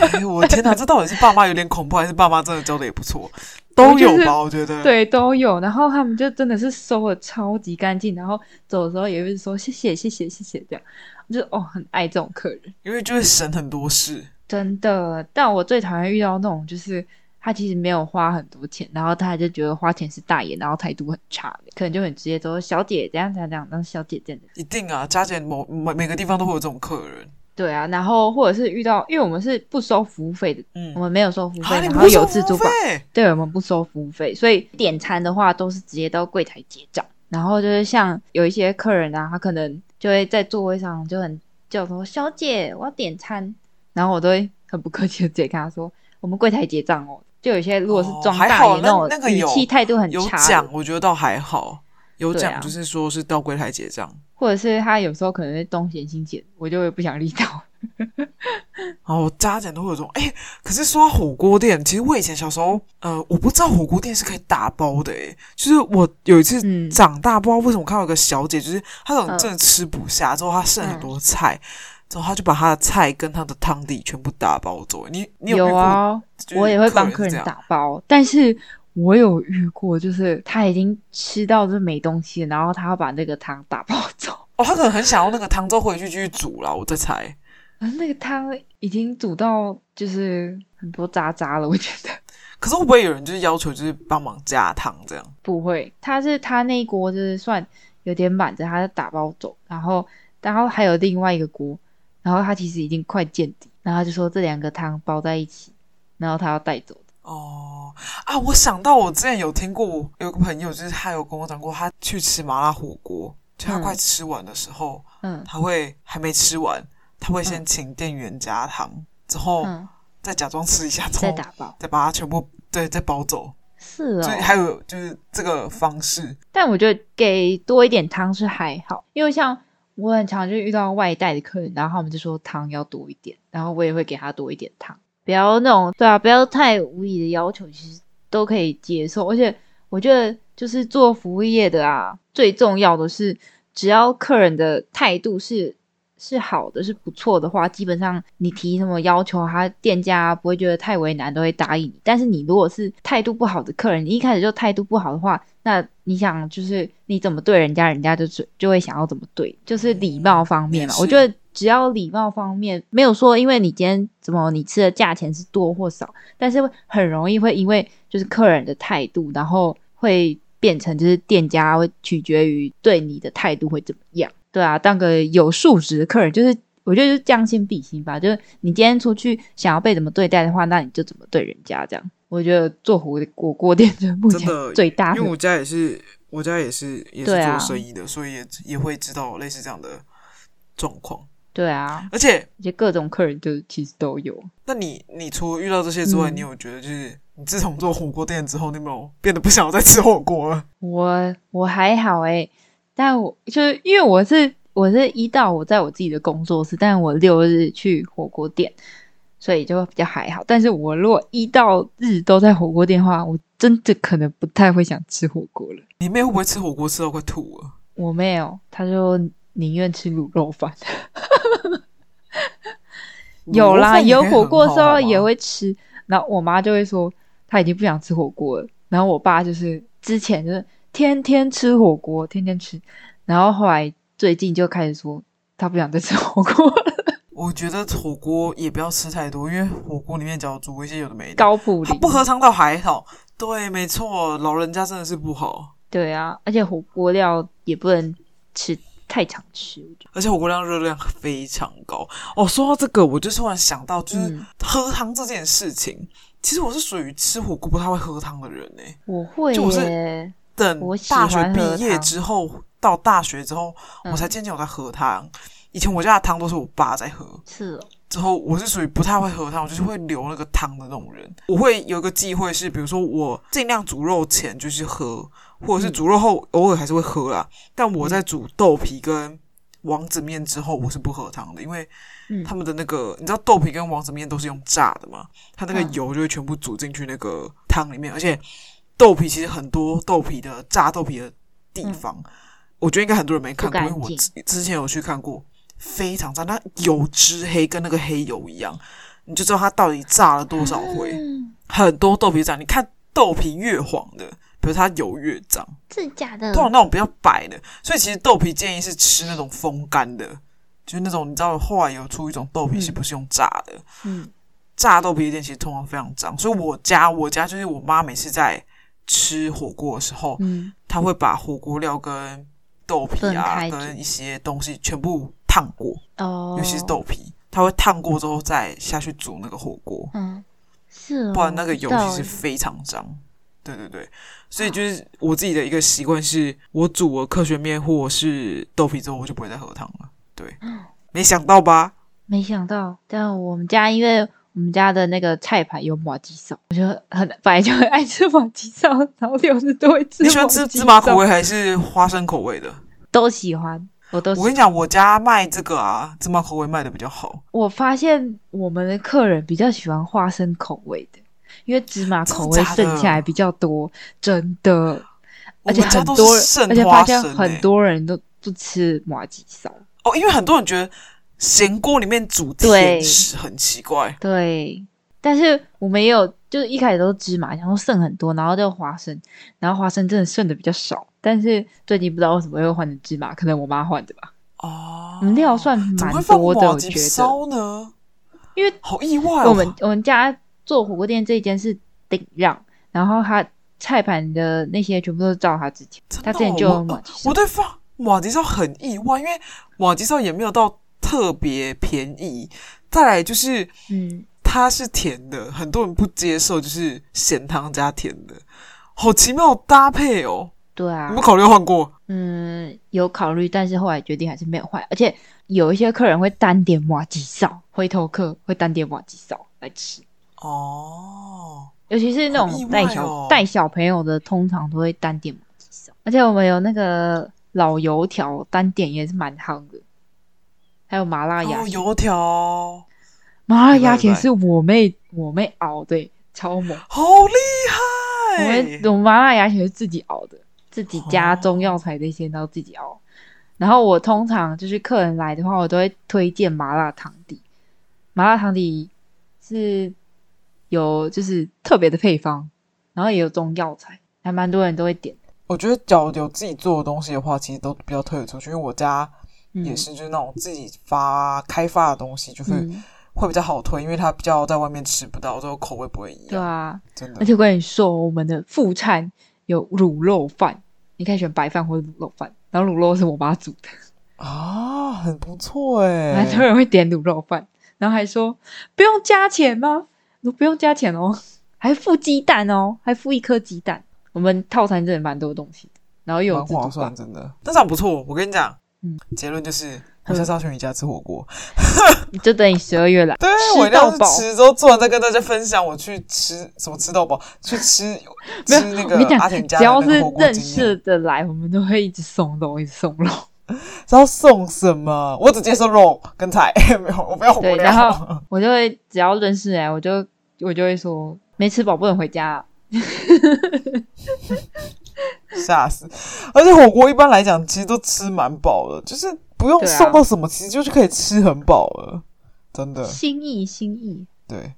Speaker 1: 哎，我天 哪！这到底是爸妈有点恐怖，还是爸妈真的教的也不错？都有吧，我觉得。，
Speaker 2: 对都有，然后他们就真的是收的超级干净，然后走的时候也会说谢谢谢谢谢谢这样，我就哦很爱这种客人，
Speaker 1: 因为就会省很多事。
Speaker 2: 真的。但我最讨厌遇到那种就是他其实没有花很多钱，然后他就觉得花钱是大爷，然后态度很差的，可能就很直接说小姐怎样怎样怎样，然后小姐这样。
Speaker 1: 一定啊，加减某每每个地方都会有这种客人。
Speaker 2: 对啊，然后或者是遇到，因为我们是不收服务费的，
Speaker 1: 嗯
Speaker 2: 我，们没有收服务费，
Speaker 1: 啊，你
Speaker 2: 然
Speaker 1: 不
Speaker 2: 后
Speaker 1: 会
Speaker 2: 有
Speaker 1: 收
Speaker 2: 自
Speaker 1: 服
Speaker 2: 助
Speaker 1: 务
Speaker 2: 吧，
Speaker 1: 费？
Speaker 2: 对我们不收服务费，所以点餐的话都是直接到柜台结账。然后就是像有一些客人啊，他可能就会在座位上就很叫说：“小姐，我要点餐。”然后我都会很不客气的直接跟他说：“我们柜台结账哦。”就有些如果是
Speaker 1: 哦
Speaker 2: 装
Speaker 1: 还
Speaker 2: 大
Speaker 1: 好
Speaker 2: 爷
Speaker 1: 那
Speaker 2: 种
Speaker 1: 那个
Speaker 2: 语
Speaker 1: 有
Speaker 2: 气态度很
Speaker 1: 有
Speaker 2: 差的
Speaker 1: 奖，，我觉得倒还好。有
Speaker 2: 对啊
Speaker 1: 奖就是说是到柜台结账。
Speaker 2: 或者是他有时候可能会东嫌西嫌，我就会不想理他。
Speaker 1: 然后加减都会有种哎、可是说到火锅店，其实我以前小时候，呃，我不知道火锅店是可以打包的、诶就是我有一次
Speaker 2: 嗯
Speaker 1: 长大，不知道为什么看到有个小姐，就是她可能
Speaker 2: 嗯
Speaker 1: 真的吃不下，之后她剩很多菜，之后她就把她的菜跟她的汤底全部打包走。欸你 你有遇
Speaker 2: 有
Speaker 1: 过？
Speaker 2: 啊，
Speaker 1: 就是
Speaker 2: 我也会帮
Speaker 1: 客
Speaker 2: 客
Speaker 1: 人是这样，
Speaker 2: 人打包，但是我有遇过，就是他已经吃到就是没东西了，然后他要把那个汤打包走，
Speaker 1: 哦，她可能很想要那个汤之后回去继续煮啦，我在猜。
Speaker 2: 可啊是那个汤已经煮到就是很多渣渣了，我觉得
Speaker 1: 可是会不会有人就是要求就是帮忙加汤这样？
Speaker 2: 不会，他是他那一锅就是算有点满着，他就打包走，然后然后还有另外一个锅，然后他其实已经快见底，然后他就说这两个汤包在一起，然后他要带走的，
Speaker 1: 哦啊，我想到我之前有听过，我有个朋友就是他有跟我讲过，他去吃麻辣火锅，就他
Speaker 2: 嗯
Speaker 1: 快吃完的时候，
Speaker 2: 嗯
Speaker 1: 他会还没吃完，他会先
Speaker 2: 嗯
Speaker 1: 请店员加汤，之后
Speaker 2: 嗯，
Speaker 1: 再假装吃一下，之
Speaker 2: 再
Speaker 1: 后
Speaker 2: 打包
Speaker 1: 再把它全部对再包走。
Speaker 2: 是哦
Speaker 1: 所以，还有就是这个方式，
Speaker 2: 但我觉得给多一点汤是还好，因为像我很常就遇到外带的客人，然后他们就说汤要多一点，然后我也会给他多一点汤，不要那种对啊，不要太无理的要求，其实都可以接受。而且我觉得就是做服务业的啊，最重要的是只要客人的态度是。是好的，是不错的话，基本上你提什么要求，他店家不会觉得太为难，都会答应你。但是你如果是态度不好的客人，你一开始就态度不好的话，那你想就是你怎么对人家，人家就准就会想要怎么对，就是礼貌方面嘛
Speaker 1: 也。是
Speaker 2: 我觉得只要礼貌方面没有说，因为你今天怎么你吃的价钱是多或少，但是很容易会因为就是客人的态度，然后会变成就是店家会取决于对你的态度会怎么样。对啊，当个有素质的客人，就是我觉得就是将心比心吧。就是你今天出去想要被怎么对待的话，那你就怎么对人家这样。我觉得做火火锅店的目前
Speaker 1: 真的
Speaker 2: 最大
Speaker 1: 因为我家也是，我家也是也是
Speaker 2: 对啊
Speaker 1: 做生意的，所以也也会知道类似这样的状况，
Speaker 2: 对啊，
Speaker 1: 而且。
Speaker 2: 而且各种客人就其实都有。
Speaker 1: 那你你除了遇到这些之外，
Speaker 2: 嗯
Speaker 1: 你有觉得就是你自从做火锅店之后，你有没有变得不想要再吃火锅了？
Speaker 2: 我我还好诶、但我就是因为我是我是一到我在我自己的工作室，但我六日去火锅店，所以就比较还好。但是我如果一到日都在火锅店的话，我真的可能不太会想吃火锅了。
Speaker 1: 你妹会不会吃火锅吃到快吐了？
Speaker 2: 我没有，他就宁愿吃卤肉饭。有啦，
Speaker 1: 卤肉饭也
Speaker 2: 有
Speaker 1: 可以
Speaker 2: 火锅的时
Speaker 1: 很好啊
Speaker 2: 候
Speaker 1: 好吗
Speaker 2: 也。会吃。然后我妈就会说，她已经不想吃火锅了。然后我爸就是之前就是天天吃火锅，天天吃。然后后来最近就开始说，他不想再吃火锅了，
Speaker 1: 我觉得火锅也不要吃太多，因为火锅里面只要煮一些有的没的，
Speaker 2: 高普
Speaker 1: 它
Speaker 2: 林。
Speaker 1: 不喝汤倒还好。对，没错，老人家真的是不好，
Speaker 2: 对啊，而且火锅料也不能吃太常吃，我觉得。
Speaker 1: 而且火锅量热量非常高。哦，说到这个，我就突然想到，就是
Speaker 2: 嗯，
Speaker 1: 喝汤这件事情，其实我是属于吃火锅不太会喝汤的人欸诶、
Speaker 2: 我会
Speaker 1: 就我是
Speaker 2: 耶。
Speaker 1: 等
Speaker 2: 我喜
Speaker 1: 大
Speaker 2: 欢
Speaker 1: 学
Speaker 2: 喝
Speaker 1: 毕业
Speaker 2: 汤
Speaker 1: 之后，到大学之后，
Speaker 2: 嗯
Speaker 1: 我才渐渐有在喝汤。以前我家的汤都是我爸在喝，
Speaker 2: 是哦，
Speaker 1: 之后我是属于不太会喝汤，我就是会留那个汤的那种人。我会有一个忌讳是，比如说我尽量煮肉前就是喝，或者是
Speaker 2: 嗯
Speaker 1: 煮肉后偶尔还是会喝啦。但我在煮豆皮跟王子面之后，我是不喝汤的，因为
Speaker 2: 嗯
Speaker 1: 他们的那个你知道豆皮跟王子面都是用炸的嘛，它那个
Speaker 2: 嗯
Speaker 1: 油就会全部煮进去那个汤里面，而且豆皮其实很多豆皮的炸豆皮的地方，我觉得应该很多人没看过，
Speaker 2: 嗯不干
Speaker 1: 因为我
Speaker 2: 净
Speaker 1: 之之前有去看过，非常炸，那油脂黑跟那个黑油一样，你就知道它到底炸了多少回。
Speaker 2: 嗯
Speaker 1: 很多豆皮炸，你看豆皮越黄的，比如它油越脏，
Speaker 2: 真的假的
Speaker 1: 通常那种比较白的，所以其实豆皮建议是吃那种风干的，就是那种你知道后来有出一种豆皮是不是用炸的，
Speaker 2: 嗯，
Speaker 1: 炸豆皮店其实通常非常脏，所以我家我家就是我妈每次在吃火锅的时候，
Speaker 2: 嗯，
Speaker 1: 她会把火锅料跟豆皮
Speaker 2: 分
Speaker 1: 啊
Speaker 2: 开煮
Speaker 1: 跟一些东西全部烫过，
Speaker 2: 哦，
Speaker 1: 尤其是豆皮，她会烫过之后再下去煮那个火锅，
Speaker 2: 嗯，是哦，
Speaker 1: 不然那个油
Speaker 2: 知道
Speaker 1: 其实
Speaker 2: 耶
Speaker 1: 非常脏。对对对，所以就是我自己的一个习惯是，我煮了科学面或是豆皮之后，我就不会再喝汤了。对，
Speaker 2: 嗯
Speaker 1: 没想到吧？
Speaker 2: 没想到，但我们家因为我们家的那个菜盘有马吉烧，我就很本来就很爱吃马吉烧，然后六日都会
Speaker 1: 欸
Speaker 2: 吃。
Speaker 1: 你喜欢吃芝麻口？味还是花生口味的？
Speaker 2: 都喜欢。我都
Speaker 1: 我跟你讲，我家卖这个啊，芝麻口味卖的比较好。
Speaker 2: 我发现我们的客人比较喜欢花生口味的，因为芝麻口味
Speaker 1: 真的假的
Speaker 2: 剩下来比较多，真的。而
Speaker 1: 我
Speaker 2: 且
Speaker 1: 们家
Speaker 2: 很
Speaker 1: 都
Speaker 2: 多
Speaker 1: 是
Speaker 2: 人，
Speaker 1: 剩
Speaker 2: 而且
Speaker 1: 花
Speaker 2: 发现
Speaker 1: 生欸
Speaker 2: 很多人都不吃麻吉烧。
Speaker 1: 哦，因为很多人觉得咸锅里面煮
Speaker 2: 对
Speaker 1: 甜食很奇怪，
Speaker 2: 对，但是我们也有，就是一开始都是芝麻，然后剩很多，然后就花生，然后花生真的剩的比较少。但是最近不知道为什么又换成芝麻，可能我妈换的吧。
Speaker 1: 哦
Speaker 2: 我们料算
Speaker 1: 怎么会
Speaker 2: 蛮
Speaker 1: 放
Speaker 2: 多的，
Speaker 1: 瓦
Speaker 2: 我
Speaker 1: 吉
Speaker 2: 觉得。
Speaker 1: 烧呢？
Speaker 2: 因为
Speaker 1: 好意外、哦，
Speaker 2: 我们我们家做火锅店这一间是顶让，然后他菜盘的那些全部都是照他之前，
Speaker 1: 真的
Speaker 2: 他之前
Speaker 1: 哦
Speaker 2: 就有
Speaker 1: 我
Speaker 2: 马吉烧
Speaker 1: 我对放马吉烧很意外，因为马吉烧也没有到特别便宜。再来就是
Speaker 2: 嗯，
Speaker 1: 它是甜的，很多人不接受，就是咸汤加甜的，好奇妙的搭配哦。
Speaker 2: 对啊
Speaker 1: 你，们考虑换过？
Speaker 2: 嗯，有考虑，但是后来决定还是没有换，而且有一些客人会单点瓦吉烧，回头客会单点瓦吉烧来吃，
Speaker 1: 哦，
Speaker 2: 尤其是那
Speaker 1: 好意
Speaker 2: 种
Speaker 1: 外
Speaker 2: 带小、
Speaker 1: 哦
Speaker 2: 带小朋友的，通常都会单点瓦吉烧，而且我们有那个老油条单点也是蛮夯的，还有麻辣鸭
Speaker 1: 哦，
Speaker 2: 血，
Speaker 1: 油条
Speaker 2: 麻辣
Speaker 1: 明白
Speaker 2: 鸭血
Speaker 1: 明白
Speaker 2: 是我妹我妹熬，对，超猛。
Speaker 1: 好厉害！
Speaker 2: 我们我们麻辣鸭血是自己熬的，自己加
Speaker 1: 哦
Speaker 2: 中药材这些，然后自己熬。然后我通常就是客人来的话，我都会推荐麻辣汤底。麻辣汤底是有就是特别的配方，然后也有中药材，还蛮多人都会点。
Speaker 1: 我觉得，假如有自己做的东西的话，其实都比较推得出去，因为我家
Speaker 2: 嗯、
Speaker 1: 也是，就是那种自己发开发的东西，就是
Speaker 2: 嗯，
Speaker 1: 会比较好推，因为它比较在外面吃不到，之后口味不会一
Speaker 2: 对
Speaker 1: 样。
Speaker 2: 啊。
Speaker 1: 真的
Speaker 2: 而，且我跟你说，我们的副餐有卤肉饭，你可以选白饭或者卤肉饭。然后卤肉是我妈煮的。
Speaker 1: 啊，很不错哎、
Speaker 2: 蛮多人会点卤肉饭，然后还说不用加钱吗？不用加钱哦，还附鸡蛋哦，还附一颗鸡蛋。我们套餐真的蛮多东西的，然后又有
Speaker 1: 蛮
Speaker 2: 自
Speaker 1: 划
Speaker 2: 助
Speaker 1: 算，
Speaker 2: 饭，
Speaker 1: 真的。那场不错，我跟你讲，
Speaker 2: 嗯
Speaker 1: 结论就是我下次要去你家吃火锅。
Speaker 2: 你就等你十二月来
Speaker 1: 对，我一
Speaker 2: 吃
Speaker 1: 定要
Speaker 2: 到
Speaker 1: 去
Speaker 2: 饱。
Speaker 1: 吃，之后做完再跟大家分享我去吃什么吃到饱，去吃
Speaker 2: 没有
Speaker 1: 吃那
Speaker 2: 我跟你
Speaker 1: 个阿田家
Speaker 2: 讲，
Speaker 1: 的
Speaker 2: 只要
Speaker 1: 那
Speaker 2: 是
Speaker 1: 个火锅
Speaker 2: 认
Speaker 1: 经
Speaker 2: 识
Speaker 1: 验。
Speaker 2: 的来，我们都会一直送肉，一直送 肉。
Speaker 1: 知道送什么？我只接受肉跟菜， 没有，我不要火锅
Speaker 2: 对，
Speaker 1: 料。
Speaker 2: 然后我就会只要认识来，我就我就会说没吃饱不能回家啊、
Speaker 1: 吓死！而且火锅一般来讲，其实都吃蛮饱的，就是不用
Speaker 2: 对啊
Speaker 1: 送到什么，其实就是可以吃很饱了，真的。
Speaker 2: 心意心意。
Speaker 1: 对，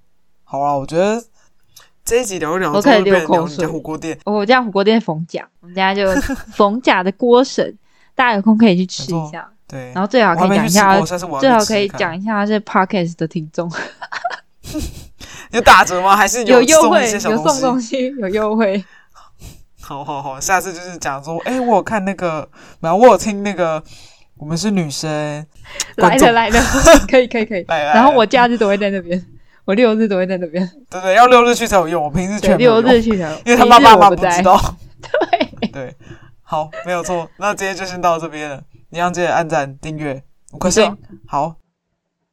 Speaker 1: 好啦，我觉得这一集聊一聊，
Speaker 2: 我开始
Speaker 1: 就会变
Speaker 2: 流
Speaker 1: 成聊
Speaker 2: 口
Speaker 1: 你
Speaker 2: 水
Speaker 1: 家火锅店，
Speaker 2: 我家火锅店逢甲，我 们家就逢甲的锅神，大家有空可以去吃
Speaker 1: 没
Speaker 2: 一
Speaker 1: 错
Speaker 2: 下，
Speaker 1: 对，
Speaker 2: 然后最好
Speaker 1: 我
Speaker 2: 可
Speaker 1: 还
Speaker 2: 以
Speaker 1: 没
Speaker 2: 讲
Speaker 1: 去吃过，，
Speaker 2: 一下
Speaker 1: 下次我要
Speaker 2: 最好
Speaker 1: 去吃
Speaker 2: 可以
Speaker 1: 看，
Speaker 2: 讲一下这 podcast 的听 众
Speaker 1: 有打折吗？还是
Speaker 2: 优
Speaker 1: 送
Speaker 2: 惠，
Speaker 1: 一些
Speaker 2: 有
Speaker 1: 小东
Speaker 2: 送
Speaker 1: 西？
Speaker 2: 东西，有 优惠，
Speaker 1: 好好好，下次就是讲说，哎、我有看那个，然后我有听那个，我们是女生，
Speaker 2: 来
Speaker 1: 观
Speaker 2: 了
Speaker 1: 众 哎
Speaker 2: 来了，可以可以可以。
Speaker 1: 来来，
Speaker 2: 然后
Speaker 1: 来
Speaker 2: 我假日都会在那边，我六日都会在那边，
Speaker 1: 对对，要六日去才有用，我平时
Speaker 2: 对，
Speaker 1: 全没有
Speaker 2: 六
Speaker 1: 用
Speaker 2: 日去的，
Speaker 1: 因为他
Speaker 2: 平
Speaker 1: 爸
Speaker 2: 日
Speaker 1: 爸
Speaker 2: 我
Speaker 1: 妈
Speaker 2: 不
Speaker 1: 不知
Speaker 2: 在
Speaker 1: 道。 对好，没有错。那今天就先到这边了，你要记得按赞、订阅、五颗
Speaker 2: 没错
Speaker 1: 星。好，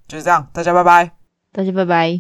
Speaker 1: 就是这样，大家拜拜。
Speaker 2: 大家拜拜。